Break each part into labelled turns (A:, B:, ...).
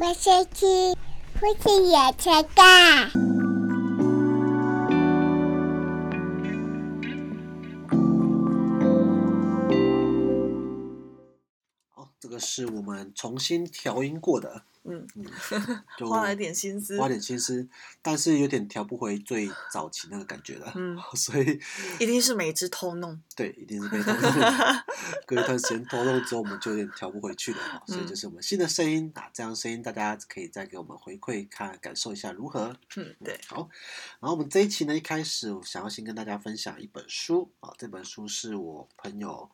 A: 我先去，父亲也才干。
B: 哦，这个是我们重新调音过的，
C: 嗯，
B: 就
C: 花了点心思
B: 花，点心思，但是有点调不回最早期那个感觉了。
C: 嗯，
B: 所以
C: 一定是美汁偷弄。
B: 对，一定是被偷弄 的。隔一段时间偷弄之后，我们就有点调不回去了嘛，
C: 嗯
B: 所以这是我们新的声音啊，这样声音大家可以再给我们回馈，看感受一下如何。
C: 嗯，对，
B: 好，然后我们这一期呢，一开始我想要先跟大家分享一本书啊，这本书是我朋友，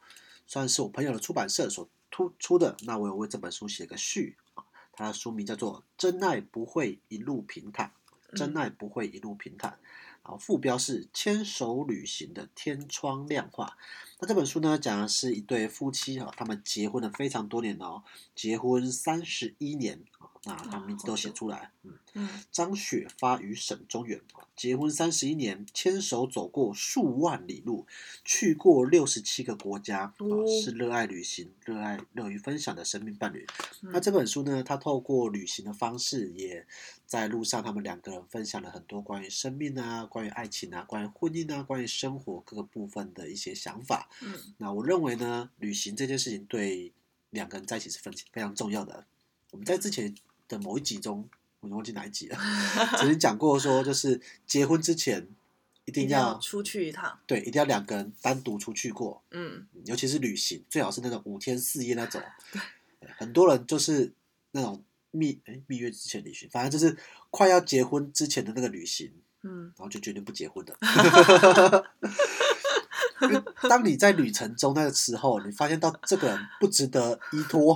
B: 算是我朋友的出版社所突出的，那我有为这本书写个序啊，它的书名叫做《真爱不会一路平坦》，
C: 嗯
B: 真爱不会一路平坦。然后副标是“牵手旅行的天窗亮化”。那这本书呢，讲的是一对夫妻哈、啊，他们结婚了非常多年了哦，结婚三十一年啊，那他们名字都写出来，嗯，
C: 嗯，
B: 张雪发与沈中远结婚三十一年，牵手走过数万里路，去过六十七个国家，啊
C: 哦
B: 是热爱旅行、热爱乐于分享的生命伴侣。
C: 嗯
B: 那这本书呢，它透过旅行的方式，也在路上他们两个人分享了很多关于生命啊、关于爱情啊、关于婚姻啊、关于生活各个部分的一些想法。
C: 嗯，
B: 那我认为呢，旅行这件事情对两个人在一起是非非常重要的。我们在之前的某一集中，我忘记哪一集了， 曾经讲过说，就是结婚之前一
C: 一
B: 定
C: 定
B: 要
C: 要出去一趟。
B: 对，一定要两个人单独出去过，
C: 嗯，
B: 尤其是旅行，最好是那种五天四夜那种。对很多人就是那种蜜哎蜜月之前旅行，反正就是快要结婚之前的那个旅行，
C: 嗯，
B: 然后就决定不结婚了。 因为当你在旅程中那个时候，你发现到这个人不值得依托，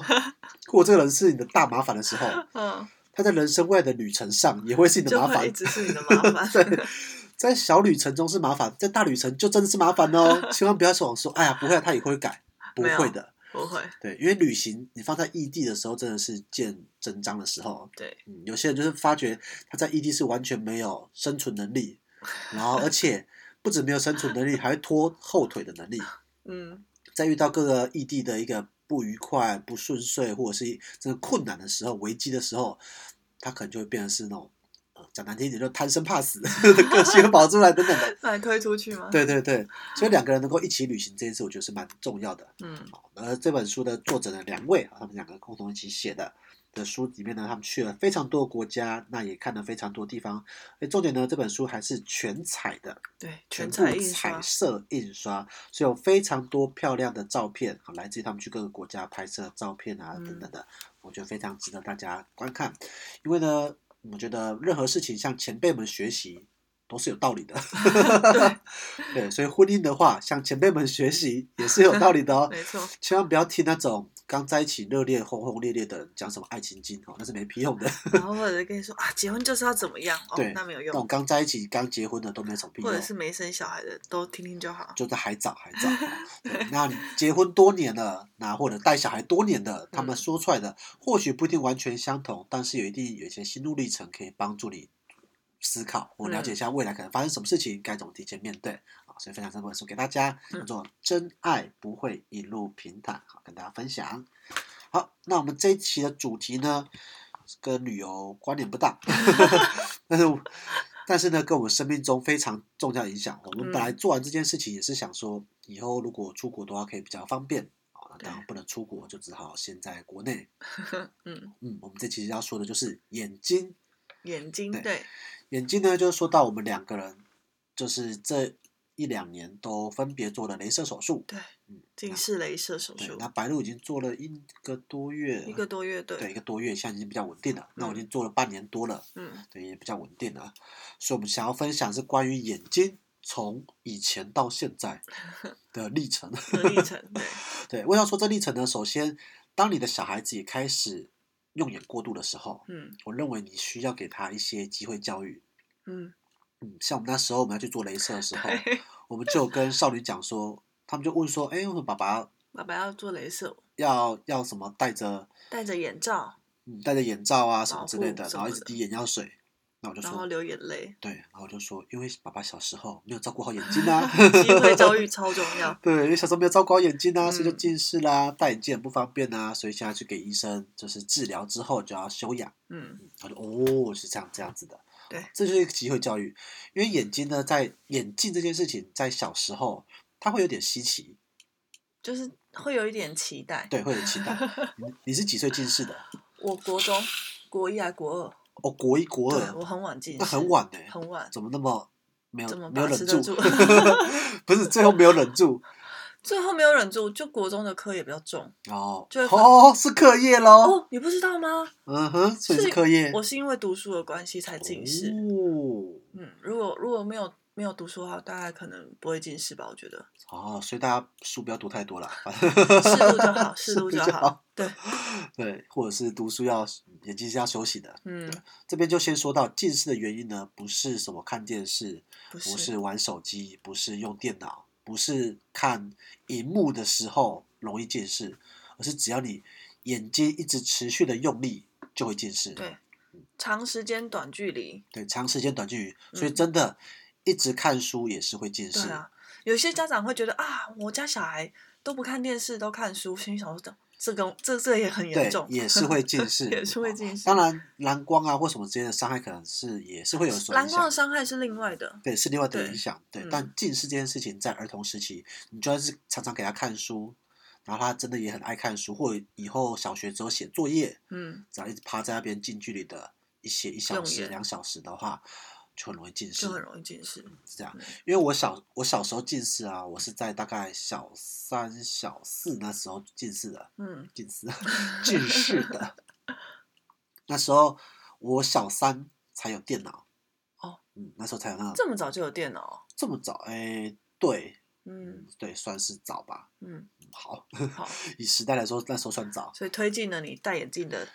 B: 或这个人是你的大麻烦的时候，
C: 嗯，
B: 他在人生未来的旅程上也会是你的
C: 就
B: 麻
C: 会一
B: 烦。
C: 直是你的麻 烦。
B: 对，在小旅程中是麻烦，在大旅程就真的是麻烦哦。千万不要想说，哎呀，不会啊，他也会改，不
C: 没有
B: 会的。
C: 不会，
B: 对，因为旅行你放在异地的时候，真的是见真章的时候。
C: 对，
B: 嗯，有些人就是发觉他在异地是完全没有生存能力，然后而且不止没有生存能力，还会拖后腿的能力。
C: 嗯，
B: 在遇到各个异地的一个不愉快、不顺遂，或者是真的困难的时候、危机的时候，他可能就会变成是那种，呃，讲难听一点，就贪生怕死的 个性会跑出来等等的。
C: 那你推出去吗？，
B: 对对对，所以两个人能够一起旅行这件事，我觉得是蛮重要的。
C: 嗯
B: 好，而这本书的作者呢，两位啊，他们两个共同一起写的的书里面呢，他们去了非常多的国家，那也看了非常多地方。哎，重点呢，这本书还是全彩的，
C: 对，
B: 全
C: 全
B: 部
C: 彩印刷
B: 彩，色印刷，所以有非常多漂亮的照片，啊来自于他们去各个国家拍摄的照片啊
C: 嗯
B: 等等的，我觉得非常值得大家观看。因为呢，我觉得任何事情向前辈们学习都是有道 理的。 对，所以婚姻的话，向前辈们学习也是有道理 的哦。
C: 没错，
B: 千万不要听那种刚在一起热烈轰轰烈烈的人讲什么爱情经哦，那是没屁用的。
C: 然后或者跟你说啊，结婚就是要怎么样，哦
B: 对，哦
C: 那 没有
B: 那种
C: 用，
B: 刚在一起、刚结婚的都没什么屁
C: 或
B: 用
C: 者。是没生小孩的都听听就好。
B: 就是还早还 早。对那你结婚多年了，那或者带小孩多年的，他们
C: 嗯
B: 说出来的、或许不一定完全相同，但是有一定有一些心路历程可以帮助你思考
C: 嗯
B: 或了解一下未来可能发生什么事情，该怎么提前面对啊。所以分享这本书给大家，
C: 嗯
B: 叫做《真爱不会一路平坦》，好跟大家分享。好，那我们这一期的主题呢，跟旅游关联不 大，但是我但是呢，跟我们生命中非常重要的影响。我们本
C: 嗯
B: 来做完这件事情也是想说，以后如果出国的话可以比较方便啊，那当然不能出国，就只好先在国内。
C: 嗯，
B: 嗯，我们这期要说的就是眼睛，
C: 眼睛
B: 对
C: 对，
B: 眼睛呢，就是说到我们两个人，就是这一两年都分别做了镭射手术。
C: 对
B: 嗯，
C: 近视雷射手
B: 对
C: 术，
B: 那白鹿已经做了一个多月，
C: 一个多月
B: 对一
C: 对，
B: 个多月，现在已经比较稳定了。那我已
C: 嗯
B: 经做了半年多了，
C: 嗯
B: 对，也比较稳定了。所以我们想要分享是关于眼睛从以前到现 在的历程。
C: 的历程对，
B: 对，为什么说这历程呢？首先，当你的小孩子也开始用眼过度的时候，
C: 嗯
B: 我认为你需要给他一些机会教育。
C: 嗯，
B: 嗯，像我们那时候我们要去做镭射的时候，
C: 对，
B: 我们就有跟少女讲说，他们就问说，哎，为什么爸爸
C: 爸爸要做雷射，
B: 要要什么戴着
C: 戴着眼罩，
B: 嗯戴着眼罩啊什么之类的，
C: 保护什
B: 然后一
C: 么
B: 直
C: 的
B: 滴眼药水？那我就
C: 然后
B: 说，
C: 流眼泪，
B: 对，然后我就说，因为爸爸小时候没有照顾好眼睛啊，
C: 机会教育超重要。
B: 对，因为小时候没有照顾好眼睛啊，所以就
C: 嗯
B: 近视啦，戴眼镜也不方便啊，所以现在去给医生就是治疗之后就要休养。
C: 嗯，
B: 他说哦，是这样这样子的，
C: 对
B: 这就是一个机会教育，因为眼睛呢，在眼镜这件事情，在小时候它会有点稀奇，
C: 就是会有一点期待。
B: 对，会有期 待。你你是几岁近视的？
C: 我国中国一还国二，
B: 哦，国一国
C: 对我
B: 二，
C: 很晚进
B: 那
C: 视，
B: 很晚呢、欸
C: 很晚，
B: 怎么那么没
C: 怎么
B: 有没有
C: 把持
B: 忍
C: 得
B: 住？
C: 住
B: 不是最后没有忍住
C: 最后没有忍住，就国中的课也比较重。
B: 哦
C: 就会发
B: 哦，是课业喽，
C: 哦，你不知道吗？
B: 嗯哼，所以
C: 是
B: 是课业，
C: 我是因为读书的关系才近视。
B: 哦
C: 嗯，如果如果没有没有读书的话，大概可能不会近视吧。我觉得
B: 哦，所以大家书不要读太多啦，
C: 适度就 好，适
B: 适度
C: 度就
B: 就
C: 好
B: 好。
C: 对，
B: 对，或者是读书要眼睛是要休息的。
C: 嗯，
B: 这边就先说到近视的原因呢，不是什么看电视，
C: 不
B: 不
C: 是，
B: 是玩手机，不是用电脑，不是看荧幕的时候容易近视，而是只要你眼睛一直持续的用力就会近视。
C: 对，长时间短距离，
B: 对，长时间短距离，所以
C: 嗯
B: 真的一直看书也是会近
C: 对
B: 视。
C: 啊，有些家长会觉得啊，我家小孩都不看电视，都看书，心里想说这这跟这这也很严
B: 对
C: 重，
B: 也是会近视，哦
C: 也是会近视
B: 当然，蓝光啊或什么之类的伤害，可能是也是会有所
C: 蓝
B: 影
C: 光的
B: 响。
C: 伤害是另外的，
B: 对，是另外的
C: 对
B: 影响。对，
C: 嗯
B: 但近视这件事情在儿童时期，你就算是常常给他看书，然后他真的也很爱看书，或者以后小学之后写作业，
C: 嗯，
B: 只要一直趴在那边近距离的一写一小
C: 用
B: 时、
C: 眼
B: 两小时的话，就很容易近视
C: 就。很容易近视。
B: 是这样
C: 嗯，
B: 因为我小我小时候近视啊，我是在大概小三、小四那时候近视的。
C: 嗯，
B: 近视，近视的。 那时候我小三才有电脑，
C: 哦，
B: 嗯，那时候才有那种
C: 这么早就有电脑，
B: 这么早，哎、对，
C: 嗯
B: 对，算是早吧。
C: 嗯，
B: 好，
C: 好，
B: 以时代来说，那时候算早。
C: 所以推进了你戴眼镜的，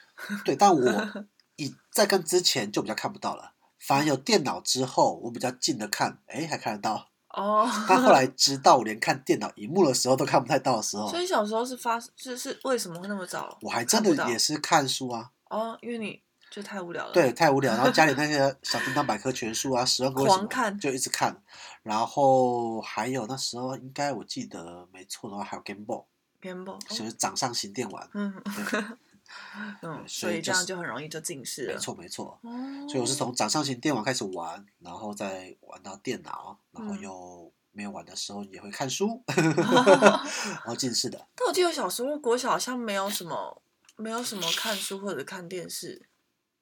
B: 对，但我 以在跟之前就比较看不到了，反而有电脑之后，我比较近的看，哎、还看得到。
C: 哦，
B: 但后来直到我连看电脑荧幕的时候都看不太到的时候
C: 所，以小时候是发是是为什么会那么早？
B: 我还真
C: 看不到
B: 的也是看书啊，
C: 哦，因为你就太无聊了。
B: 对，，太无聊。然后家里 那个小叮当百科全书啊，十万个为什
C: 狂
B: 么
C: 看
B: 就一直看。然后还有那时候应该我记得没错的话，还有 Game Boy，
C: 偏不，哦
B: 就是掌上型电玩。
C: 嗯 嗯，
B: 对
C: 所
B: 所
C: 以
B: 以
C: 这
B: 就
C: 样
B: 是
C: 就很容易就近视了。
B: 没错没错。
C: 哦，
B: 所以我是从掌上型电玩开始玩，然后再玩到电脑，然后
C: 嗯
B: 又没有玩的时候也会看 书，然后近视的。
C: 但我记得小时候国小好像没有什么，没有什么看书或者看电视，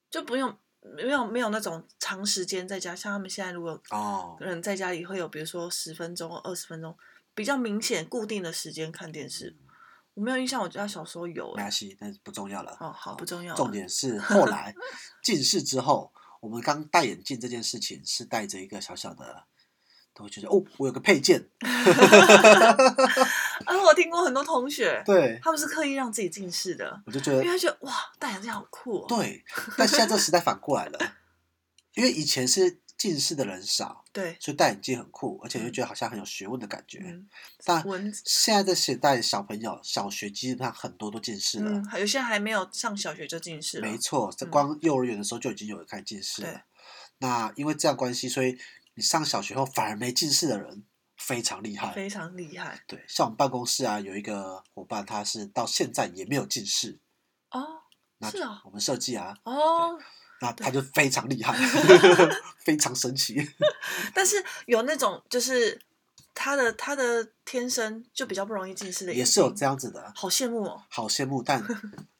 C: 就不用没有没有那种长时间在家。像他们现在如果
B: 哦，
C: 人在家里会有，比如说十分钟、二十分钟比较明显固定的时间看电视。我没有印象，我家小时候有
B: 没
C: 哎、
B: 关系，那不重要了。
C: 哦，好不重要了。
B: 重点是后来近视之后，我们刚戴眼镜这件事情是带着一个小小的，都会觉得哦，我有个配 件，
C: 啊，我听过很多同学，
B: 对，
C: 他们是刻意让自己近视的，
B: 我就觉得
C: 因为他觉得哇，戴眼镜好酷哦。
B: 对。但现在这时代反过来了，因为以前是近视的人少，
C: 对，
B: 所以戴眼镜很酷，而且就觉得好像很有学问的感觉。
C: 嗯，
B: 但
C: 蚊子，
B: 现在的时代小朋友，小学基本上很多都近视了。
C: 嗯，还有些还没有上小学就近视了
B: 没。错，在
C: 嗯
B: 光幼儿园的时候就已经有人开始近视
C: 对
B: 了。那因为这样关系，所以你上小学后反而没近视的人非常厉害。
C: 非常厉害
B: 对，像我们办公室啊，有一个伙伴，他是到现在也没有近视。
C: 哦
B: 那
C: 是啊
B: 我们设计啊，
C: 哦，
B: 那他就非常厉 害，非常神奇。
C: 但是有那种就是他的他的天生就比较不容易近视的，
B: 也是有这，样子的，
C: 好羡慕哦。
B: 好羡慕。 但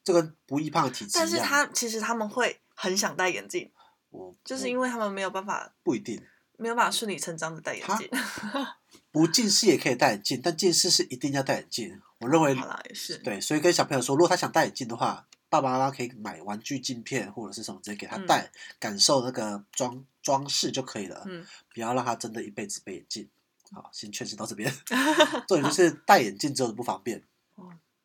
B: 这跟不易胖的体质一
C: 但
B: 样，
C: 是他其实他们会很想戴眼镜，
B: 我
C: 就是因为他们没有办法
B: 不一定
C: 没有办法顺理成章的戴眼
B: 他
C: 镜。
B: 不近视也可以戴眼镜，但近视是一定要戴眼镜。我认为
C: 好啦，也是，
B: 对，所以跟小朋友说，如果他想戴眼镜的话，爸爸妈妈可以买玩具镜片或者是什么直接给
C: 嗯
B: 他戴，感受那个装装饰就可以了，
C: 嗯
B: 不要让他真的一辈子被眼镜。好，先劝示到这 边。重点就是戴眼镜之后的不方便。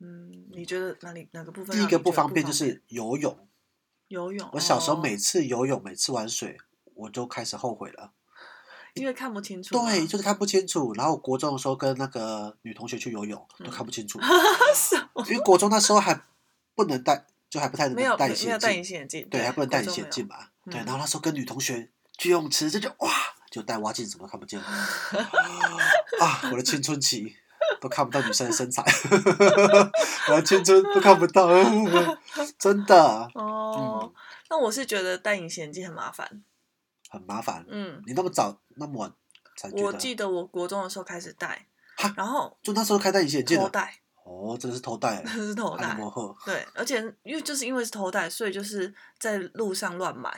C: 嗯，你觉得哪里哪个部分
B: 第
C: 让
B: 一
C: 你
B: 个
C: 觉得
B: 不
C: 啊不
B: 方便
C: 便
B: 就是游泳。
C: 游泳。
B: 我小时候
C: 哦
B: 每次游泳，每次玩水，我就开始后悔了。
C: 因为看不清楚嘛，
B: 对，就是看不清楚。然后国中的时候跟那
C: 嗯
B: 个女同学去游泳，都看不清楚，因为国中那时候还不能戴就还不太
C: 没有
B: 能戴
C: 没
B: 隐
C: 有
B: 形
C: 戴
B: 镜
C: 隐，形眼镜，
B: 对，还不能戴
C: 国
B: 隐
C: 中
B: 形
C: 没
B: 眼
C: 有
B: 镜嘛。对，
C: 嗯
B: 然后那时候跟女同学去游泳池，这就哇，就戴蛙镜什么都看不 见了啊！我的青春期都看不到女生的身材， 我的青春都看不到， 真的嗯
C: 哦，那我是觉得戴隐形眼镜很麻烦。
B: 很麻烦。
C: 嗯，
B: 你那么早那么晚才觉
C: 我
B: 得？
C: 记得我国中的时候开始戴
B: 哈，
C: 然后
B: 就那时候开戴隐形眼镜
C: 头
B: 了，
C: 戴，
B: 哦，真的是头戴，
C: 真的是头
B: 还
C: 戴
B: 有， 魔后，
C: 对，而且因为就是因为是头戴，所以就是在路上乱买，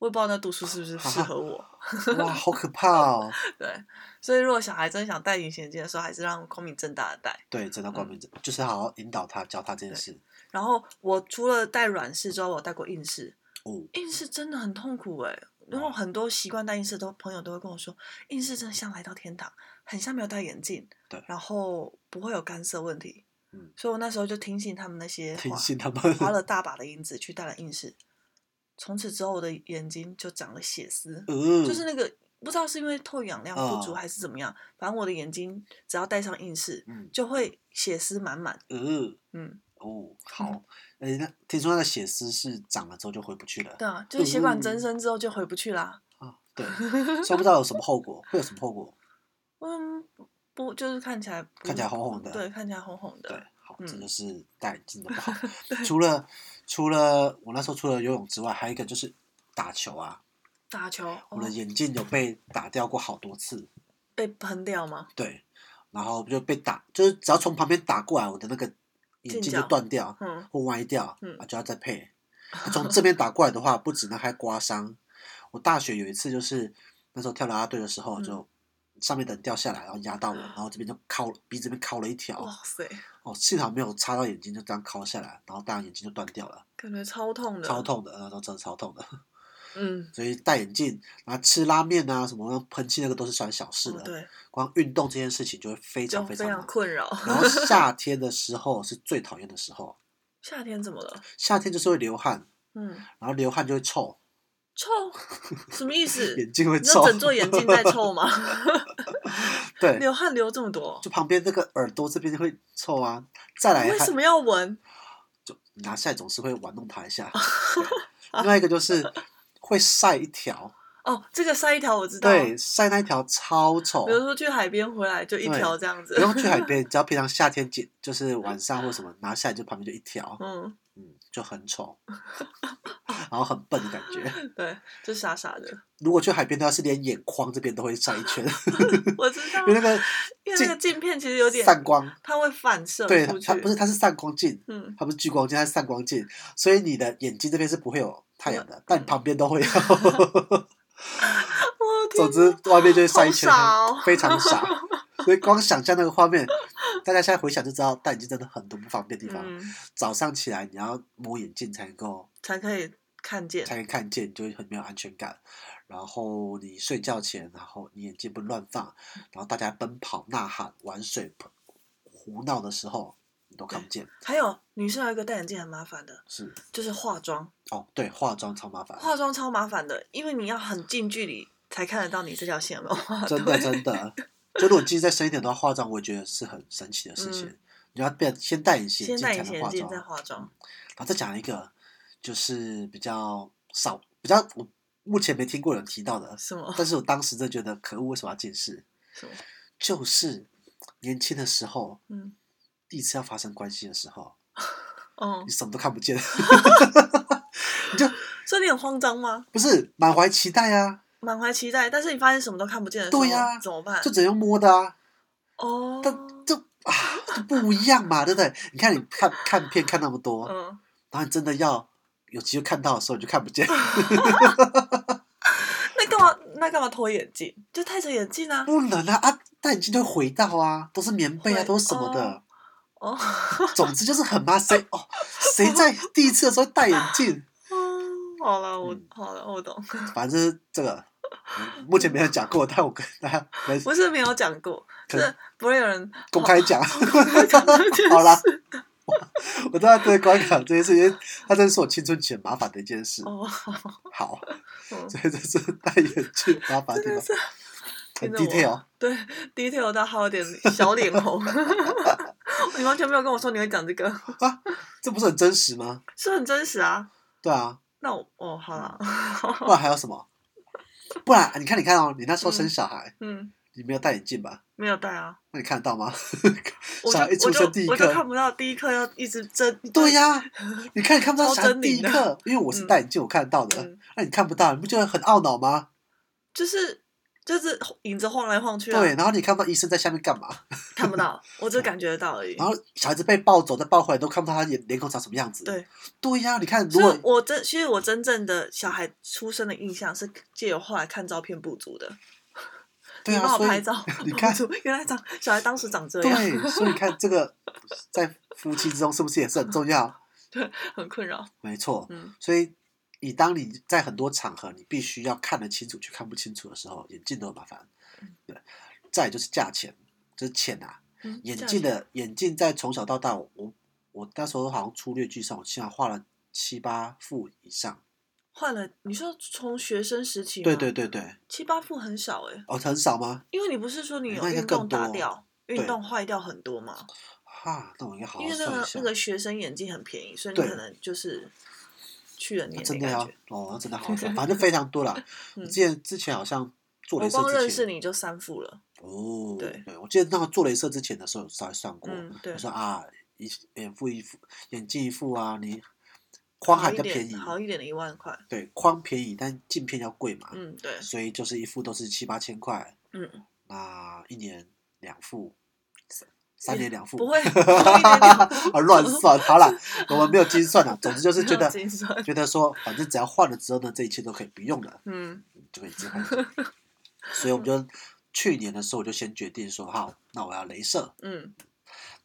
C: 我也不知道那度数是不是适合我。
B: 哇，好可怕哦！
C: 对，所以如果小孩真的想戴隐形眼镜的时候，还是让光明正大的戴。
B: 对，真的光明正，就是好好引导他，教他这件
C: 嗯对
B: 事。
C: 然后我除了戴软式之外，我有戴过硬式，
B: 哦，
C: 硬式真的很痛苦哎、然后很多习惯戴硬式的朋友都会跟我说，硬式真的像来到天堂，很像没有戴眼镜，
B: 对
C: 然后不会有干涉问题。
B: 嗯
C: 所以我那时候就听信他们那些
B: 听
C: 话，
B: 信他们，
C: 花了大把的银子去戴了硬式。从此之后，我的眼睛就长了血丝，
B: 嗯，
C: 就是那个不知道是因为透氧量不足
B: 哦
C: 还是怎么样，反正我的眼睛只要戴上硬式，
B: 嗯
C: 就会血丝满满。
B: 嗯
C: 嗯，
B: 哦，好，哎，那听说那个血丝是长了之后就回不去了
C: 对啊，就是血管增
B: 嗯
C: 生之后就回不去啦。
B: 啊？对，所以不知道有什么后果，会有什么后果？
C: 嗯，不，就是看起来不
B: 看起来红红的
C: 对，看起来红红
B: 对
C: 的，，
B: 好，这
C: 嗯
B: 就是戴眼镜的 不好。除了除了我那时候除了游泳之外，还有一个就是打球啊，
C: 打球
B: 我的
C: 哦
B: 眼镜有被打掉过好多次，
C: 被喷掉吗？
B: 对，然后就被打，就是只要从旁边打过来，我的那个眼
C: 镜
B: 镜就
C: 角
B: 断掉
C: 嗯，
B: 或歪掉，
C: 嗯
B: 啊就要再配。啊从这边打过来的话，不止那还刮伤。我大学有一次就是那时候跳啦啦队的时候，
C: 嗯
B: 就上面的人掉下来，然后压到我，然后这边就敲鼻子这边敲了一条，
C: 哇塞，
B: 哦，幸好没有插到眼睛，就这样敲下来，然后当然眼睛就断掉了，
C: 感觉超痛的，
B: 超。痛的，那时候真的超痛的。
C: 嗯，
B: 所以戴眼镜，然后吃拉面啊什么喷漆那个都是算小事
C: 哦
B: 的，
C: 对，
B: 光运动这件事情就会非
C: 就
B: 常非
C: 非
B: 常
C: 常
B: 难。
C: 困扰。
B: 然后夏天的时候是最讨厌的时候，
C: 夏天怎么了？
B: 夏天就是会流汗，
C: 嗯，
B: 然后流汗就会臭，
C: 臭，什么意思？
B: 眼睛会
C: 你
B: 臭
C: 说，整座眼镜在臭吗？
B: 对，
C: 流汗流这么多，
B: 就旁边这个耳朵这边就会臭啊。再来
C: 为
B: 还
C: 什么要闻？
B: 就拿下来总是会玩弄它一下。 对另外一个就是会晒一条，
C: 哦，这个晒一条我知道，
B: 对，晒那一条超丑
C: 比。如说去海边回来就一
B: 对
C: 条这样子
B: 不。用去海边，只要平常夏天剪，就是晚上或什么拿下来就旁边就一条，
C: 嗯，
B: 嗯，就很 丑，然后很笨的感觉。
C: 对，就傻傻 的，
B: 如果去海边的话，是连眼眶这边都会晒一 圈，
C: 我知道
B: 因为，那个
C: 因为那个镜片其实有点，
B: 散光，
C: 它会反射
B: 对，
C: 出
B: 它
C: 去。
B: 不是它是散光镜，
C: 嗯，
B: 它不是聚光镜，它是散光镜，所以你的眼睛这边是不会有太阳的，但你旁边都会有。
C: 我的
B: 总
C: 天，
B: 之，外面就会晒一圈
C: 好傻哦，
B: 非常傻。所以光想象那个画面，大家现在回想就知道戴眼镜真的很多不方便的地方。
C: 嗯，
B: 早上起来你要摸眼镜才能够
C: 才可以看见
B: 才。能看见，就会很没有安全感。然后你睡觉前，然后你眼睛不能乱放，然后大家奔跑、呐喊、玩水、胡闹的时候，你都看不见。
C: 还有女生有一个戴眼镜很麻烦的，
B: 是
C: 就是化妆，
B: 哦，对，化妆超麻烦，
C: 化妆超麻烦的，因为你要很近距离才看得到你这条线有没有 画
B: 真的
C: 对
B: 真的。就如果今天再深一点的话，化妆我也觉得是很神奇的事情。
C: 嗯
B: 你要变先戴隐形
C: 先
B: 眼
C: 戴
B: 镜才
C: 隐形
B: 能化
C: 眼镜
B: 妆，
C: 再化妆。
B: 然后再讲一个，就是比较少、比较我目前没听过有人提到的，
C: 什 么
B: 但是我当时真的觉得可恶，为什么要近视？
C: 什么？
B: 就是年轻的时候，
C: 嗯，
B: 第一次要发生关系的时候，
C: 哦
B: 你，什么都看不见， 你就
C: 所以你很慌张吗？
B: 不是满怀期待 啊，
C: 满怀期待，但是你发现什么都看不见的时候，
B: 对呀
C: 怎么办
B: 就？只能用摸的啊，
C: 哦，
B: 但就啊就不一样嘛，对不对？你看你看看片看那么 多，
C: 嗯，
B: 然后你真的要有机会看到的时候，你就看不见。
C: 那干嘛？那干嘛脱眼镜？就戴着眼镜啊。
B: 不能啊啊！戴眼镜就会回到啊，都是棉被啊，
C: 回
B: 都是什么的。
C: 哦，
B: 总之就是很麻谁哦，谁在第一次的时候戴眼镜？
C: 好了，我
B: 嗯
C: 好了，我懂。
B: 反正就是这个嗯目前没人讲过，但我跟大家来
C: 不是没有讲过，
B: 可
C: 是不会有人
B: 公开 讲。
C: 讲这件事
B: 好啦，我大家对观感这件事情，它真的是我青春期很麻烦的一件事。
C: 哦，
B: 好，
C: 嗯
B: 所以这是戴眼镜麻烦的地
C: 真的是
B: 方，很
C: 真的我
B: detail。
C: 对 detail 到还有点小脸红，你完全没有跟我说你会讲这个，
B: 啊这不是很真实吗？
C: 是很真实啊。
B: 对啊，
C: 那我哦，好了，
B: 不然还有什么？不然你看，你看哦，你那时候生
C: 嗯
B: 小孩，
C: 嗯，
B: 你没有戴眼镜吧？
C: 没有带啊，
B: 那你看得到吗？
C: 我就
B: 小孩一出
C: 我
B: 生第一
C: 就我就看
B: 刻，
C: 不到第一课要一直呃睁。
B: 对呀、你看你看不到
C: 超
B: 小孩
C: 狰狞
B: 第一
C: 的
B: 刻，因为我是
C: 嗯
B: 戴眼镜，我看得到的
C: 嗯，
B: 那你看不到，你不觉得很懊恼吗？
C: 就是就是影子晃来晃去、啊，
B: 对，，然后你看不到医生在下面干嘛，
C: 看 不到，我只感觉得到而已。
B: 然后小孩子被抱走再抱回来，都看不到他脸脸孔长什么样子。
C: 对，
B: 对呀、你看，如
C: 所以
B: 果
C: 我真其实我真正的小孩出生的印象是借由后来看照片补足的。
B: 对
C: 你
B: 啊，
C: 帮我
B: 所
C: 拍
B: 以
C: 照，啊
B: 你
C: 补
B: 看
C: 足原来长小孩当时长这样，
B: 对，所以你看这个 在夫妻之中是不是也是很重要？
C: 很困扰。
B: 没错，
C: 嗯
B: 所以你当你在很多场合你必须要看得清楚去看不清楚的时候，眼镜都很麻烦。对，再来就是价钱，就是钱啊，
C: 嗯
B: 眼
C: 这样
B: 镜的眼镜在从小到大，我我那时候好像粗略计算，我起码花了七八副以上。
C: 换了，你说从学生时期吗，
B: 对对对对，
C: 七八副很少哎、
B: 哦，很少吗？
C: 因为你不是说你有
B: 哎那应该
C: 运动
B: 更多
C: 打掉，
B: 对
C: 运动坏掉很多嘛？
B: 哈，那我应该好
C: 因
B: 好
C: 为那
B: 算一
C: 个
B: 下。
C: 那个学生眼镜很便宜，所以你
B: 对
C: 可能就是去了
B: 啊
C: 年
B: 真的
C: 感
B: 要
C: 觉。
B: 哦，那真的好好 算，反正非常多啦。我
C: 嗯
B: 之前之前好像做
C: 我
B: 镭射
C: 光
B: 之前，
C: 认识你就三副了，
B: 哦，
C: 对
B: 我记得那个做镭射之前的时候有稍微算过，
C: 嗯，对
B: 我，说啊，一眼副一副，眼镜一副啊，你框还
C: 好
B: 比
C: 一
B: 较便
C: 点
B: 宜，啊
C: 好一点的一万块，
B: 对，框便宜，但镜片要贵嘛，
C: 嗯，对，
B: 所以就是一副都是七八千块，
C: 嗯，
B: 那一年两副，三三
C: 也
B: 年两副，
C: 不 会多一点点
B: 啊乱算，好啦，我们没有精算啊，总之就是觉
C: 没有
B: 得
C: 精算
B: 觉得说，反正只要换了之后呢，这一切都可以不用了。
C: 嗯，
B: 就可以直接换一件所以我们 就去年的时候，我就先决定说，好，那我要镭射，
C: 嗯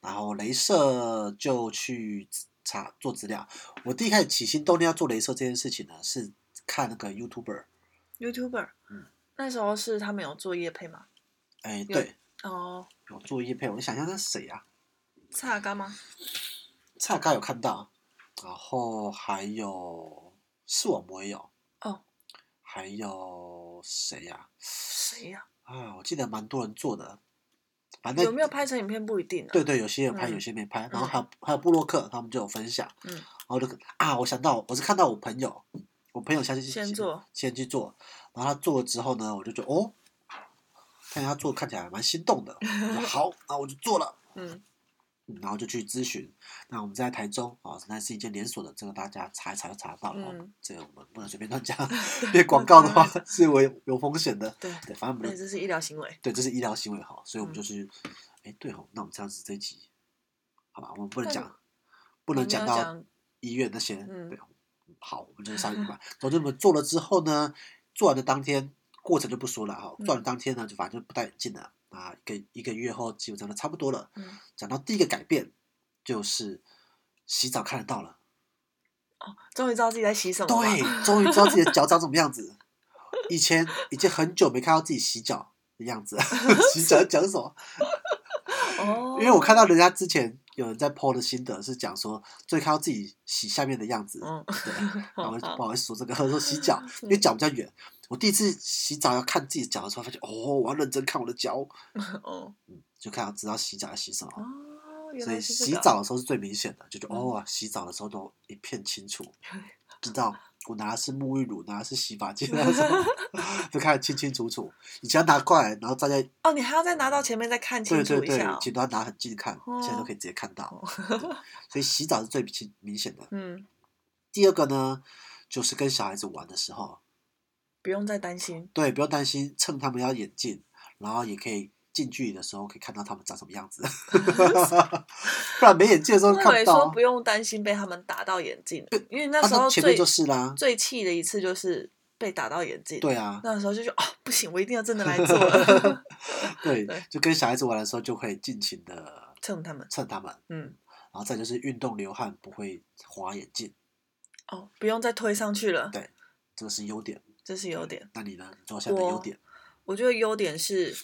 B: 然后镭射就去查做资料。我第一开始起心动念要做镭射这件事情呢，是看那个 YouTuber，
C: ，YouTuber，
B: 嗯
C: 那时候是他们有做业配吗？
B: 哎，
C: 有
B: 对，
C: 哦，
B: 有做叶配，我就想象那是谁啊？
C: 蔡阿嘎吗？
B: 蔡刚有看到，然后还有视网膜也有，
C: 哦，
B: 还有谁呀、
C: 谁呀？
B: 啊？我记得蛮多人做的，反正
C: 有没有拍成影片不一定啊。
B: 对对，有些有拍，
C: 嗯
B: 有些没拍，然后还有还有布洛克，他们就有分享，
C: 嗯
B: 然后就啊，我想到我是看到我朋友，我朋友下去
C: 先做，
B: 先去做，然后他做了之后呢，我就觉得哦，看他做看起来蛮心动的，我说好，那我就做了。
C: 嗯
B: 嗯然后就去咨询，那我们在台中啊，那是一间连锁的，这个大家查一查就查得到了。哦
C: 嗯
B: 这个我们不能随便 乱讲， 因为广告的话
C: 不
B: 是有有风险的。
C: 对，
B: 对，反正我
C: 那
B: 们就
C: 这是医疗行为。
B: 对，这是医疗行为哈，所以我们
C: 嗯
B: 就是，哎、对吼，那我们这样子这一集，好吧，我们不能
C: 但
B: 讲，不
C: 我
B: 能
C: 没
B: 讲
C: 有
B: 到
C: 讲
B: 医院那些，
C: 嗯
B: 对，好，我们就是上一吧。总之我们做了之后呢，做完的当天过程就不说了哈，做完
C: 嗯
B: 当天呢就反正就不戴眼镜了啊，一个一个月后基本上都差不多了。
C: 嗯
B: 讲到第一个改变就是洗澡看得到了，
C: 哦，终于知道自己在洗什么了吧。
B: 对，终于知道自己的脚长什么样子。以前已经很久没看到自己洗脚的样 子了，洗脚讲什么？
C: 哦，
B: 因为我看到人家之前有人在 PO 的心得是讲说，最看到自己洗下面的样子，
C: 嗯，
B: 对，然后
C: 好
B: 不好意思说这个， 说洗脚，因为脚比较远。我第一次洗澡要看自己脚的时候，发现哦，我要认真看我的脚，
C: 哦
B: 就看到知道洗脚要洗什么。
C: 哦，原
B: 所以
C: 来是这
B: 洗
C: 个
B: 澡的时候是最明显的，就觉得
C: 嗯
B: 哦，洗澡的时候都一片清 楚，知道我拿的是沐浴乳，拿的是洗发精，拿的是什 么都看得清清楚楚。以前要拿过来，然后大家
C: 哦，你还要再拿到前面再看
B: 对对
C: 清楚一
B: 对
C: 下哦，。
B: 其实都要拿很近看，现在都
C: 哦
B: 可以直接看到。对所以洗澡是最明明显的。
C: 嗯，
B: 第二个呢，就是跟小孩子玩的时候，
C: 不用再担心。
B: 对，不要担心蹭他们要眼镜，然后也可以近距离的时候可以看到他们长什么样子， 不然没眼镜的时候
C: 我
B: 看
C: 以
B: 不
C: 为
B: 到
C: 说
B: 啊。
C: 不用担心被他们打到眼镜，因为那
B: 啊
C: 时候
B: 前
C: 最
B: 面就是啦，
C: 最气的一次就是被打到眼镜。
B: 对啊，
C: 那时候就说啊，不行，我一定要真的来 做了，
B: 对
C: 对，
B: 就跟小孩子玩的时候就会尽情的
C: 蹭他们。
B: 蹭他们，
C: 嗯，
B: 然后再就是运动流汗不会滑眼镜，
C: 哦，不用再推上去了
B: 对，这个是优点。
C: 这是优点。
B: 那你呢？你做下你的优
C: 我
B: 点，
C: 我觉得优点是，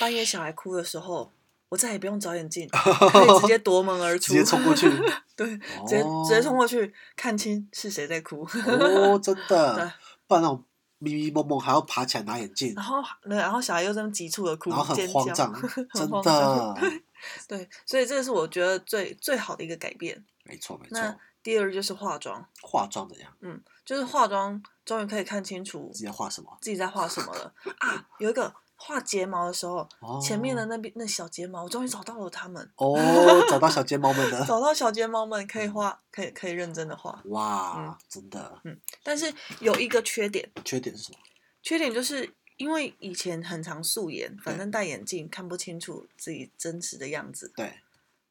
C: 半夜小孩哭的时候，我再也不用找眼镜， 可以直接夺门而
B: 直
C: 出，
B: 接冲过去，
C: 对，
B: 直
C: 直接、直接冲过去，看清是谁在哭。
B: 哦，真
C: 对
B: 的，不然那种迷迷蒙蒙还要爬起来拿眼镜
C: 然，后，然后小孩又这么急促的哭
B: 然后，
C: 尖
B: 很
C: 叫
B: 慌张，，真
C: 很慌张
B: 的。
C: 对，所以这个是我觉得最最好的一个改变。
B: 没错没
C: 那
B: 错，
C: 第二就是化妆，
B: 化妆怎样？
C: 嗯，就是化妆终于可以看清楚
B: 自己在画什么？
C: 自己在画什么 了啊！有一个画睫毛的时候，
B: 哦
C: 前面的那边那小睫毛，我终于找到了它 们，
B: 哦，找到小睫毛们了，
C: 找到小睫毛们可以画，可以可以认真的画。嗯
B: 哇，真的。
C: 但是有一个缺点，
B: 缺点是什么？
C: 缺点就是因为以前很常素颜，反正戴眼镜看不清楚自己真实的样子，
B: 对，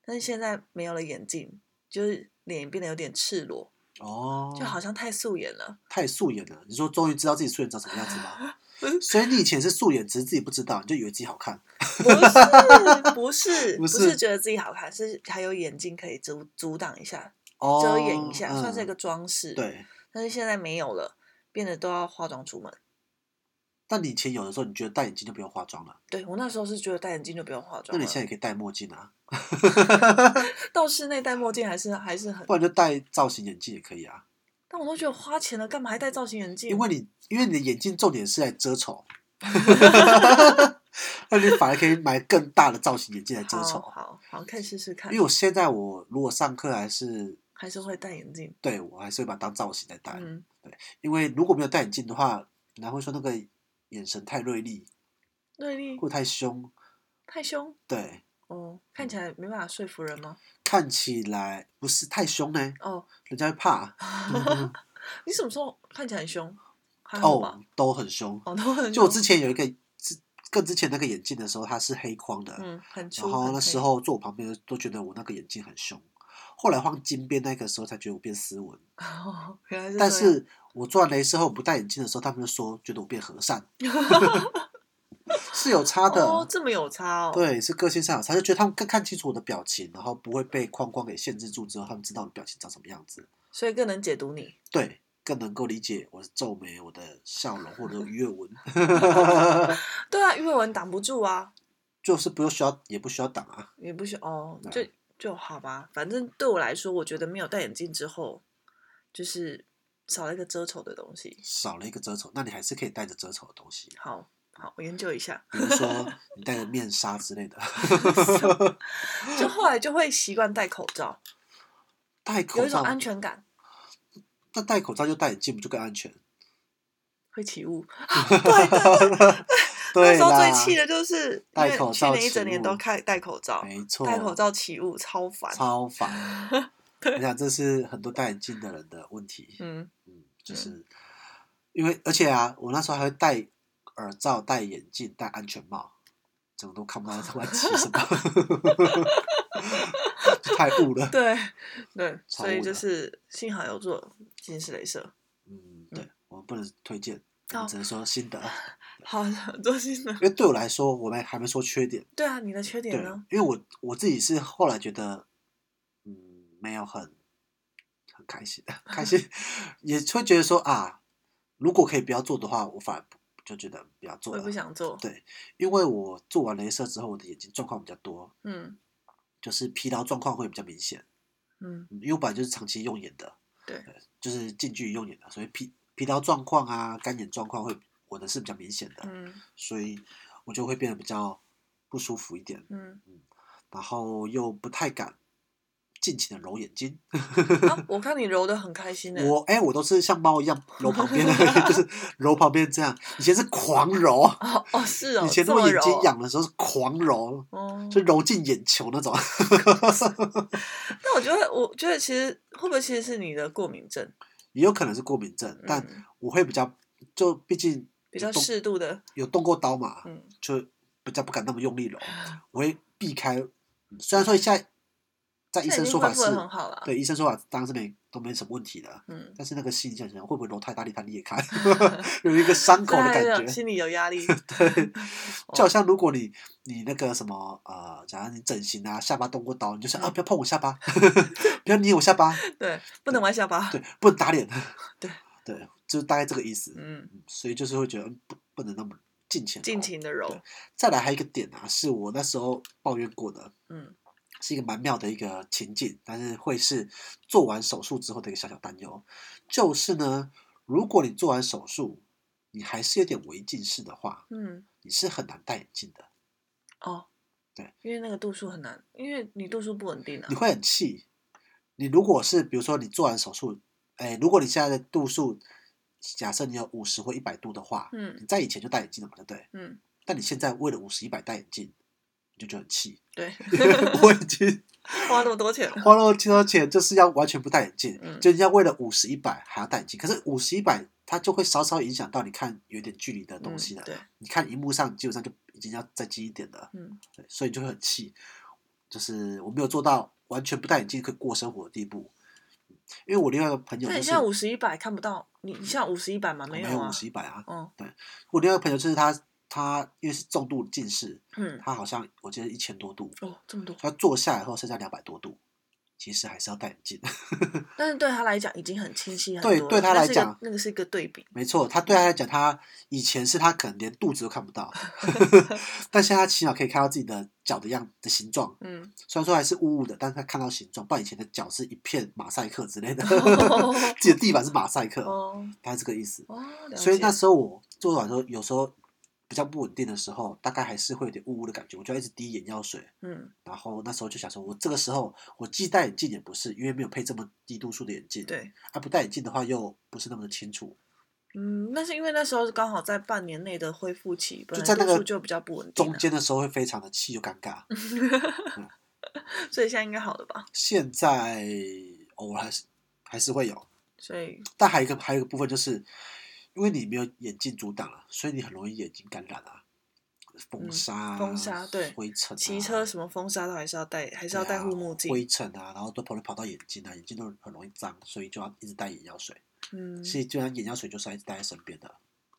C: 但是现在没有了眼镜，就是脸变得有点赤裸，
B: 哦，
C: 就好像太素颜了。
B: 太素颜了。你说终于知道自己素颜长什么样子 吗？所以你以前是素颜，只是自己不知道，你就以为自己好看。
C: 不是，不 是，
B: 不
C: 不
B: 是
C: 是觉得自己好看，是还有眼镜可以阻阻挡一下，
B: 哦，
C: 遮掩一下，算是一
B: 嗯
C: 个装饰。，
B: 对。
C: 但是现在没有了，变得都要化妆出门。
B: 但你以前有的时候，你觉得戴眼镜就不用化妆了，
C: 对我那时候是觉得戴眼镜就不用化
B: 那
C: 妆
B: 你
C: 了，
B: 现在也可以戴墨镜啊，
C: 到室内戴墨镜还是还是很
B: 不，然就戴造型眼镜也可以啊。
C: 但我都觉得花钱了，干嘛还戴造型眼镜？
B: 因为你因为你的眼镜重点是来遮 丑，那你反而可以买更大的造型眼镜来遮
C: 好
B: 丑。
C: 好好，可以试试看
B: 因为。我现在我如果上课还是
C: 还是会戴眼镜，
B: 对我还是会把它当造型来戴，
C: 嗯，
B: 因为如果没有戴眼镜的话，人家会说那个眼神太锐利
C: 瑞丽
B: 或太凶，
C: 太凶
B: 对，
C: 哦，看起来没办法说服人吗？
B: 看起来不是太凶呢，
C: 哦，
B: 人家会 怕。
C: 你什么时候看起来很凶？还好吧
B: 哦，，都很凶。
C: 哦，都很
B: 就我
C: 凶
B: 之前有一个之更之前那个眼镜的时候，它是黑框的，
C: 嗯，很粗。
B: 然后
C: 很
B: 那
C: 黑
B: 时候坐我旁边的都觉得我那个眼镜很凶，后来换金边那个时候才觉得我变斯文。
C: 哦，原来是这样。
B: 但是我做完镭射后不戴眼镜的时候，他们就说觉得我变和 善，是有差的。
C: 哦，这么有差哦。，
B: 对，是个性上有差，就觉得他们更看清楚我的表情，然后不会被框框给限制住，之后他们知道我的表情长什么样子，
C: 所以更能解读你。
B: 对，更能够理解我的皱眉、我的笑容或者我的鱼尾纹，
C: 对啊，鱼尾纹挡不住啊，
B: 就是不用需要，也不需要挡啊。
C: 也不需哦，就
B: 对
C: 就好吧。反正对我来说，我觉得没有戴眼镜之后，就是少了一个遮丑的东西。
B: 少了一个遮丑，那你还是可以带着遮丑的东西，
C: 好好，我研究一下。
B: 比如说你戴着面纱之类的。
C: 就后来就会习惯戴口罩，
B: 戴
C: 有
B: 口
C: 一
B: 罩，
C: 种安全感，
B: 那戴口罩就戴眼镜，不就更安全？
C: 会起雾。对对对，那
B: 对
C: 时候最
B: 啦，
C: 气的就是因
B: 戴
C: 为
B: 口
C: 去
B: 罩
C: 年一整
B: 起
C: 年都
B: 雾
C: 开戴口罩，
B: 没错，
C: 戴口罩起雾超烦。
B: 超烦。 我想这是很多戴眼镜的人的问题。
C: 嗯，
B: 嗯，就是因为而且啊，我那时候还会戴耳罩、戴眼镜、戴安全帽，整个都看不到他妈骑什 么，就太雾了。
C: 对对，
B: 超
C: 所以
B: 雾
C: 就
B: 的
C: 是幸好有做近视雷射。
B: 嗯，对，我们不能推荐，我们
C: 哦
B: 只能说心得。
C: 好，做心的。
B: 因为对我来说，我们还没说缺点。
C: 对啊，你的缺点
B: 对
C: 呢？，
B: 因为我我自己是后来觉得，嗯，没有很很开心， 开 心也会觉得说啊，如果可以不要做的话，我反而不就觉得不要做
C: 我也
B: 了
C: 不。想做。
B: 对，因为我做完镭射之后，我的眼睛状况比较多，
C: 嗯
B: 就是疲劳状况会比较明显，
C: 嗯，
B: 嗯因为我本来就是长期用眼的，呃
C: 对，
B: 就是近距离用眼的，所以疲疲劳状况啊、干眼状况会我的是比较明显的，
C: 嗯
B: 所以我就会变得比较不舒服一点。
C: 嗯。
B: 然后又不太敢尽情的揉眼睛。
C: 啊，我看你揉的很开心呢。
B: 我哎、我都是像猫一样揉旁边的， 就是揉旁边这样。以前是狂揉，
C: 哦哦是哦，
B: 以前
C: 这
B: 如果
C: 么
B: 眼
C: 揉
B: 睛
C: 哦。
B: 痒的时候是狂揉，
C: 哦，
B: 就揉进眼球那 种。
C: 那我觉得，我觉得其实会不会其实是你的过敏症？
B: 也有可能是过敏症，但
C: 嗯
B: 我会比较，就毕竟有
C: 比较
B: 动
C: 适度的，
B: 有动过刀嘛，
C: 嗯
B: 就比较不敢那么用力揉，我会避开。虽然说现在在医
C: 现在
B: 生
C: 已经
B: 说法
C: 恢复
B: 是
C: 的很好了。
B: 对医生说法当然是没都没什么问题的，
C: 嗯，
B: 但是那个心里想想，会不会揉太大力它裂开， 有一个伤口
C: 所
B: 的
C: 以还
B: 感
C: 有
B: 觉。
C: 心里有压 力。
B: 对，
C: 哦
B: 就好像如果你你那个什么呃，假如你整形啊，下巴动过刀，你就想啊，
C: 嗯
B: 不要碰我下巴， 不要捏我下巴，
C: 对，不能玩下巴。
B: 对，不能打脸，
C: 对
B: 对，就是大概这个意思。
C: 嗯，
B: 嗯所以就是会觉得嗯不不能那么尽情。
C: 尽。情的揉
B: 对。再来还有一个点啊，是我那时候抱怨过的，
C: 嗯，
B: 是一个蛮妙的一个情境，但是会是做完手术之后的一个小小担忧，就是呢，如果你做完手术，你还是有点微近视的话，
C: 嗯，
B: 你是很难戴眼镜的。
C: 哦，
B: 对，
C: 因为那个度数很难，因为你度数不稳定啊
B: 你。会很气。你如果是比如说你做完手术，哎，如果你现在的度数，假设你有五十或一百度的话，
C: 嗯
B: 你在以前就戴眼镜了嘛，对不对？
C: 嗯，
B: 但你现在为了五十一百戴眼镜，你就觉得很 气。
C: 对，
B: 因为我已经
C: 花那么多钱了，
B: 花了这么多钱，就是要完全不戴眼镜，
C: 嗯
B: 就人家为了五十一百还要戴眼镜，可是五十一百它就会稍稍影响到你看有点距离的东西
C: 嗯
B: 了。
C: 对，
B: 你看荧幕上基本上就已经要再近一点了。
C: 嗯
B: 对，所以你就会很气，就是我没有做到完全不戴眼镜可以过生活的地步。因为我另外一个朋友
C: 那
B: 就
C: 你
B: 是
C: 现在五十一百看不到，你你现在五十一百吗？
B: 我没
C: 有啊
B: 五。十一百啊，
C: 哦，
B: 我另外一个朋友就是他，他因为是重度近视，
C: 嗯，
B: 他好像我记得一千多度，
C: 哦，这么多，
B: 他坐下来后剩下两百多度，其实还是要戴眼镜。
C: 但是对他来讲已经很清晰很多
B: 对
C: 了
B: 对他
C: 那
B: 来
C: 是一个
B: 讲
C: 那个是一个对比。
B: 没错，他对他来讲，他以前是他可能连肚子都看不 到，但现在他起码可以看到自己的脚的样的形状，
C: 嗯，
B: 虽然说还是雾雾的，但是他看到形状，不然以前的脚是一片马赛克之类的
C: 哦，
B: 自己的地板是马赛克，
C: 哦
B: 大概这个意思。
C: 哦，了
B: 所以
C: 解
B: 那时候我做完之后，有时候比较不稳定的时候，大概还是会有点雾雾的感觉，我就要一直滴眼药水。
C: 嗯，
B: 然后那时候就想说，我这个时候我既戴眼镜也不是，因为没有配这么低度数的眼镜，，
C: 对，
B: 啊不戴眼镜的话又不是那么的清楚，
C: 嗯，那是因为那时候是刚好在半年内的恢复期，本
B: 就在
C: 来
B: 那
C: 度
B: 个
C: 数就比较不稳定啊嗯
B: 中，间的时候会非常的气又尴尬。
C: 所以现在应该好了吧？
B: 现在偶尔还是还是会有，
C: 所以
B: 但还有一个还有一个部分就是，因为你没有眼镜阻挡了，所以你很容易眼睛感染啊，风
C: 嗯
B: 沙啊、
C: 风沙对
B: 灰尘啊、
C: 骑车什么风沙都还是要戴，还是要
B: 对
C: 戴
B: 啊
C: 护目镜。
B: 灰尘啊，然后都跑跑到眼睛啊，眼睛都很容易脏，所以就要一直带眼药水。
C: 嗯
B: 所以基本上眼药水就是要一直带在身边的。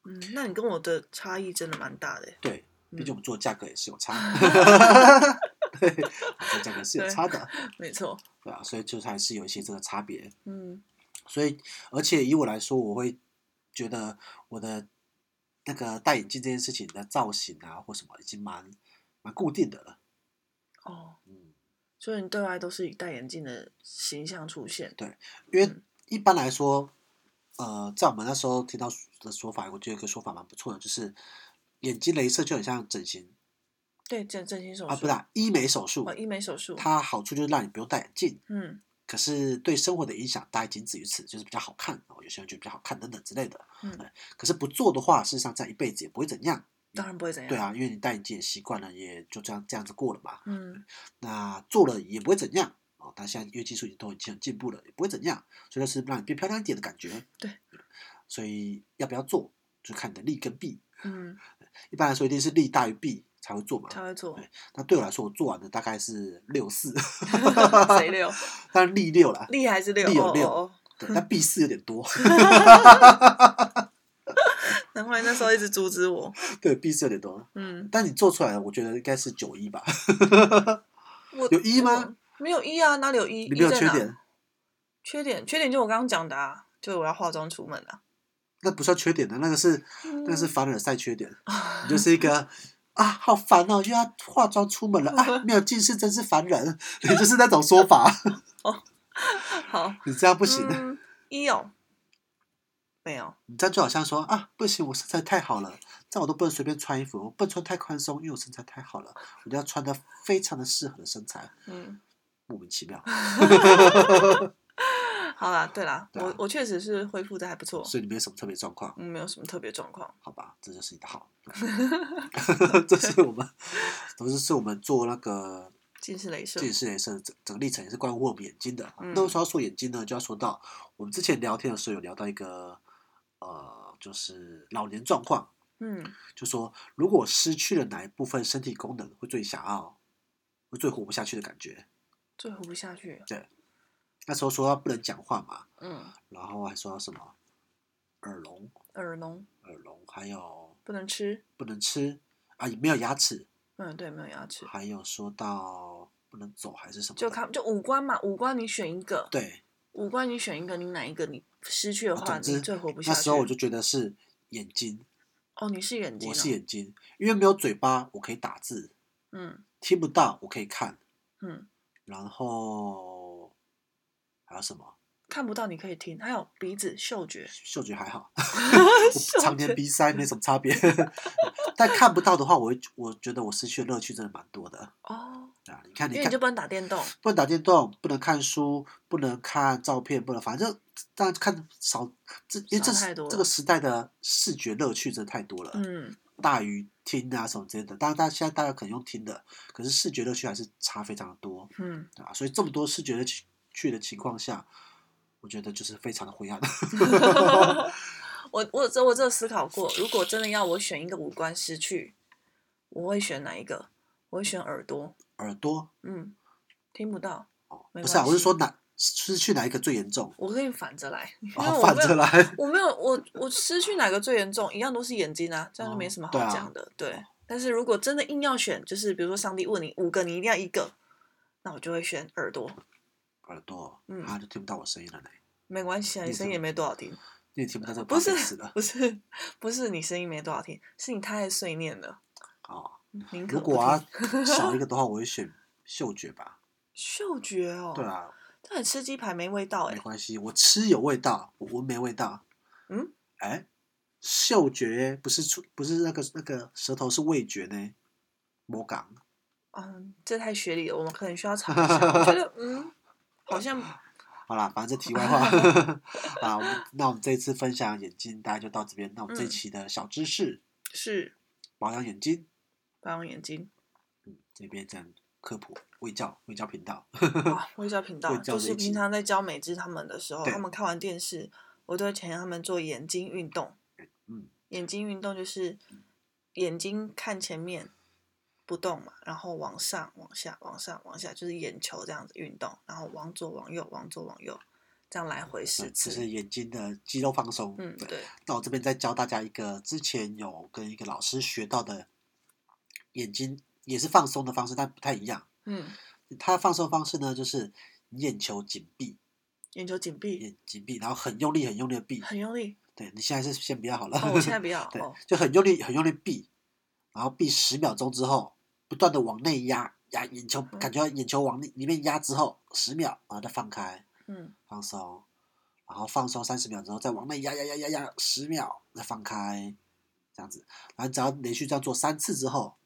C: 嗯，那你跟我的差异真的蛮大的欸。
B: 对，毕竟我
C: 嗯，
B: 们做的价格也是有差， 对，我们做价格是有差的，
C: 没错。
B: 对啊，所以就是还是有一些这个差别。
C: 嗯
B: 所以，而且以我来说，我会觉得我的那个戴眼镜这件事情的造型啊，或什么已经蛮蛮固定的了。
C: 哦，
B: 嗯，
C: 所以你对外都是以戴眼镜的形象出现。
B: 因为
C: 嗯
B: 一般来说，呃，在我们那时候听到的说法，我觉得有一个说法蛮不错的，就是眼睛镭射就很像整形
C: 对，整整形手术
B: 啊，不是、啊、医美手术
C: 哦，，医美手术。
B: 它好处就是让你不用戴眼镜，
C: 嗯
B: 可是对生活的影响大概仅止于此，就是比较好看哦，有些人觉得比较好看等等之类的。
C: 嗯，
B: 可是不做的话，事实上这样一辈子也不会怎样。
C: 当然不会怎样。
B: 对，啊，因为你戴眼镜也习惯了，也就这样这样子过了嘛。
C: 嗯
B: 那做了也不会怎样哦。但现在因为技术已经都已经很进步了，也不会怎样，所以就是让你变漂亮一点的感觉。嗯
C: 对，
B: 所以要不要做，就看你的利跟弊。
C: 嗯，
B: 一般来说，一定是利大于弊才会做嘛。
C: 才会做。
B: 那对我来 说，我做完的大概是六四，
C: 谁六？
B: 当然利六啦，
C: 力还是六？
B: 力有
C: 哦
B: 六
C: 哦
B: 对，但 B 四有点多，
C: 哦，难怪那时候一直阻止我。
B: 对，B 四有点多。
C: 嗯，
B: 但你做出来的，我觉得应该是九一吧。
C: 我
B: 有一吗？
C: 我没有一啊，哪里有一？
B: 你没有
C: 一在
B: 缺
C: 哪
B: 点，
C: 缺点，缺点就我刚刚讲的啊，就我要化妆出门啊。
B: 那不算缺点的，那个是那个是
C: 嗯
B: 凡尔赛缺点。你就是一个啊，好烦哦，又要化妆出门了啊，没有近视真是烦人，你就是那种说法，
C: 好，
B: 你这样不
C: 不
B: 行，
C: 嗯 一哦，没有，
B: 你这样就好像说啊，不行，我身材太好了，这样我都不能随便穿衣服，我不能穿太宽松，因为我身材太好了，我就要穿的非常的适合的身材，
C: 嗯，
B: 莫名其妙，
C: 好啦，对啦，
B: 对啊
C: 我我确实是恢复的还不错，
B: 所以你没有什么特别状况，
C: 嗯，没有什么特别状况，
B: 好吧，这就是你的好， 这是我们，总之是我们做那个
C: 近视雷射，
B: 近视雷射整整个历程也是关乎我们眼睛的。
C: 嗯
B: 那为什么要说眼睛呢？就要说到我们之前聊天的时候有聊到一个呃，就是老年状况，
C: 嗯，
B: 就说如果失去了哪一部分身体功能，会最想要，会最活不下去的感觉。
C: 最活不下去，
B: 那时候说他不能讲话嘛，
C: 嗯，
B: 然后还说到什么耳聋、
C: 耳聋
B: 耳聋，还有
C: 不能吃，
B: 不能吃啊，没有牙齿，
C: 嗯，对，没有牙齿，
B: 还有说到不能走还是什么的，
C: 就看就五官嘛，五官你选一个，
B: 对，啊
C: 五官你选一个，你哪一个你失去的话，
B: 总之
C: 你最活不下
B: 那
C: 去。
B: 时候我就觉得是眼睛。
C: 哦，你是眼睛、
B: 我是，眼睛，因为没有嘴巴，我可以打字；
C: 嗯
B: 听不到，我可以看。
C: 嗯，
B: 然后还有什么？
C: 看不到你可以听，还有 鼻子嗅觉，
B: 嗅觉还好，
C: 嗅
B: 常年
C: 觉
B: 鼻塞没什么差别。 但看不到的话，我会我觉得我失去的乐趣真的蛮多的
C: 哦，
B: 啊！你看，
C: 因
B: 你
C: 为你
B: 看
C: 就，不能打电动，
B: 不能打电动，不能看书，不能看照片，不能，反正但看少这，因为这
C: 少太
B: 是
C: 多了
B: 这个时代的视觉乐趣真的太多了，
C: 嗯，
B: 大于听啊什么之类的。当然，大家现在大家可能用听的，可是视觉乐趣还是差非常的多，
C: 嗯，
B: 对啊吧？所以这么多视觉乐趣的情况下，我觉得就是非常的灰暗。
C: 我我这我这思考过，如果真的要我选一个五官失去，我会选哪一个？我会选耳朵，
B: 耳朵
C: 嗯，听不到，
B: 哦，
C: 没
B: 不是啊，
C: 关
B: 我是
C: 系
B: 说哪失去哪一个最严重？
C: 我跟你反着来，因为
B: 哦，
C: 我
B: 反
C: 没
B: 着
C: 有，
B: 来，
C: 我没有，我我失去哪个最严重，一样都是眼睛啊，这样就没
B: 哦
C: 什么好
B: 对啊
C: 讲的，对。但是如果真的硬要选，就是比如说上帝问你五个，你一定要一个，那我就会选耳朵，
B: 耳朵，
C: 嗯
B: 啊，就听不到我声音了呢。
C: 没关系啊，你
B: 你
C: 声音
B: 怎
C: 也
B: 么
C: 没多少听。
B: 你也听不到这个
C: 不是
B: podcast 了
C: 不是不是你声音没多少听，是你太碎念了，
B: 哦。
C: 宁可
B: 如
C: 不
B: 果啊
C: 听
B: 少一个的话，我会选嗅觉吧。
C: 嗅觉哦，
B: 对，啊，
C: 但你吃鸡排没味道哎、
B: 没关系，我吃有味道，我闻没味道。
C: 嗯，
B: 哎，嗅觉不是出不是那个那个舌头是味觉呢？魔港
C: 嗯，这太学理了，我们可 能需要查一下。我觉得嗯，好像
B: 好啦，反正这题外 话啊，我们那我们这一次分享眼睛大概就到这边。那我们这一
C: 嗯
B: 期的小知识，
C: 是
B: 保养眼睛，
C: 保养眼睛
B: 嗯，这边这样科普卫教卫教频道，
C: 啊，卫教频道
B: 卫教
C: 就
B: 这
C: 是
B: 一集
C: 平常在教美姿他们的时候，
B: 对
C: 他们看完电视，我都会请他们做眼睛运动。
B: 嗯，
C: 眼睛运动就是眼睛看前面不动嘛，然后往上、往下、往上、往下，就是眼球这样子运动，然后往左、往右、往左、往右，这样来回十
B: 啊就
C: 次。
B: 是眼睛的肌肉放松。
C: 嗯，
B: 对。
C: 对，
B: 那我这边再教大家一个之前有跟一个老师学到的眼睛也是放松的方式，但不太一样。
C: 嗯，
B: 它放松方式呢，就是你眼球紧闭，
C: 眼球紧闭，
B: 眼紧闭，然后很用力、很用力的闭。
C: 很 用力。
B: 对你现在是先不要好了，
C: 哦，我现在不要。
B: 对
C: 哦，，
B: 就很用力、很用力闭，然后闭十秒钟之后，不断的往内压，压眼球，
C: 嗯
B: 感觉到眼球往里里面压之后，十秒，然后再放开，
C: 嗯，
B: 放松，然后放松三十秒之后，再往内压压压压压十秒，再放开，这样子。然后只要连续这样做三次之后，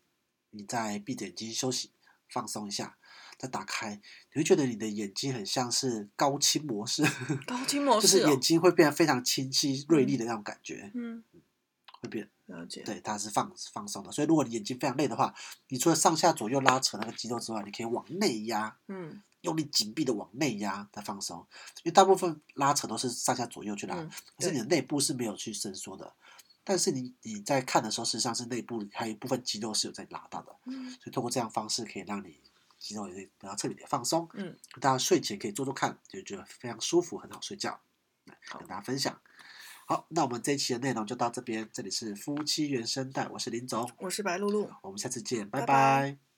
B: 你再闭着眼睛休息，放松一下，再打开，你会觉得你的眼睛很像是高清模式，
C: 高清模
B: 就
C: 式
B: 是
C: 哦
B: 眼。睛会变得非常清晰、锐利的那种感觉，
C: 嗯，
B: 会变。
C: 了解。
B: 对，它是放放松的。所以如果你眼睛非常累的话，你除了上下左右拉扯那个肌肉之外，你可以往内压，
C: 嗯
B: 用力紧闭的往内压，再放松。因为大部分拉扯都是上下左右去拉，
C: 嗯，
B: 可是
C: 对
B: 你的内部是没有去伸缩的。但是你你在看的时候，实际上是内部还有一部分肌肉是有在拉到的，
C: 嗯
B: 所以通过这样方式可以让你肌肉也得到彻底的放松。
C: 嗯，
B: 大家睡前可以做做看，就觉得非常舒服，很好睡觉。来
C: 好
B: 跟大家分享。好，那我们这一期的内容就到这边，这里是夫妻原声带，我是林总，
C: 我是白露露。
B: 我们下次见，拜拜
C: 拜拜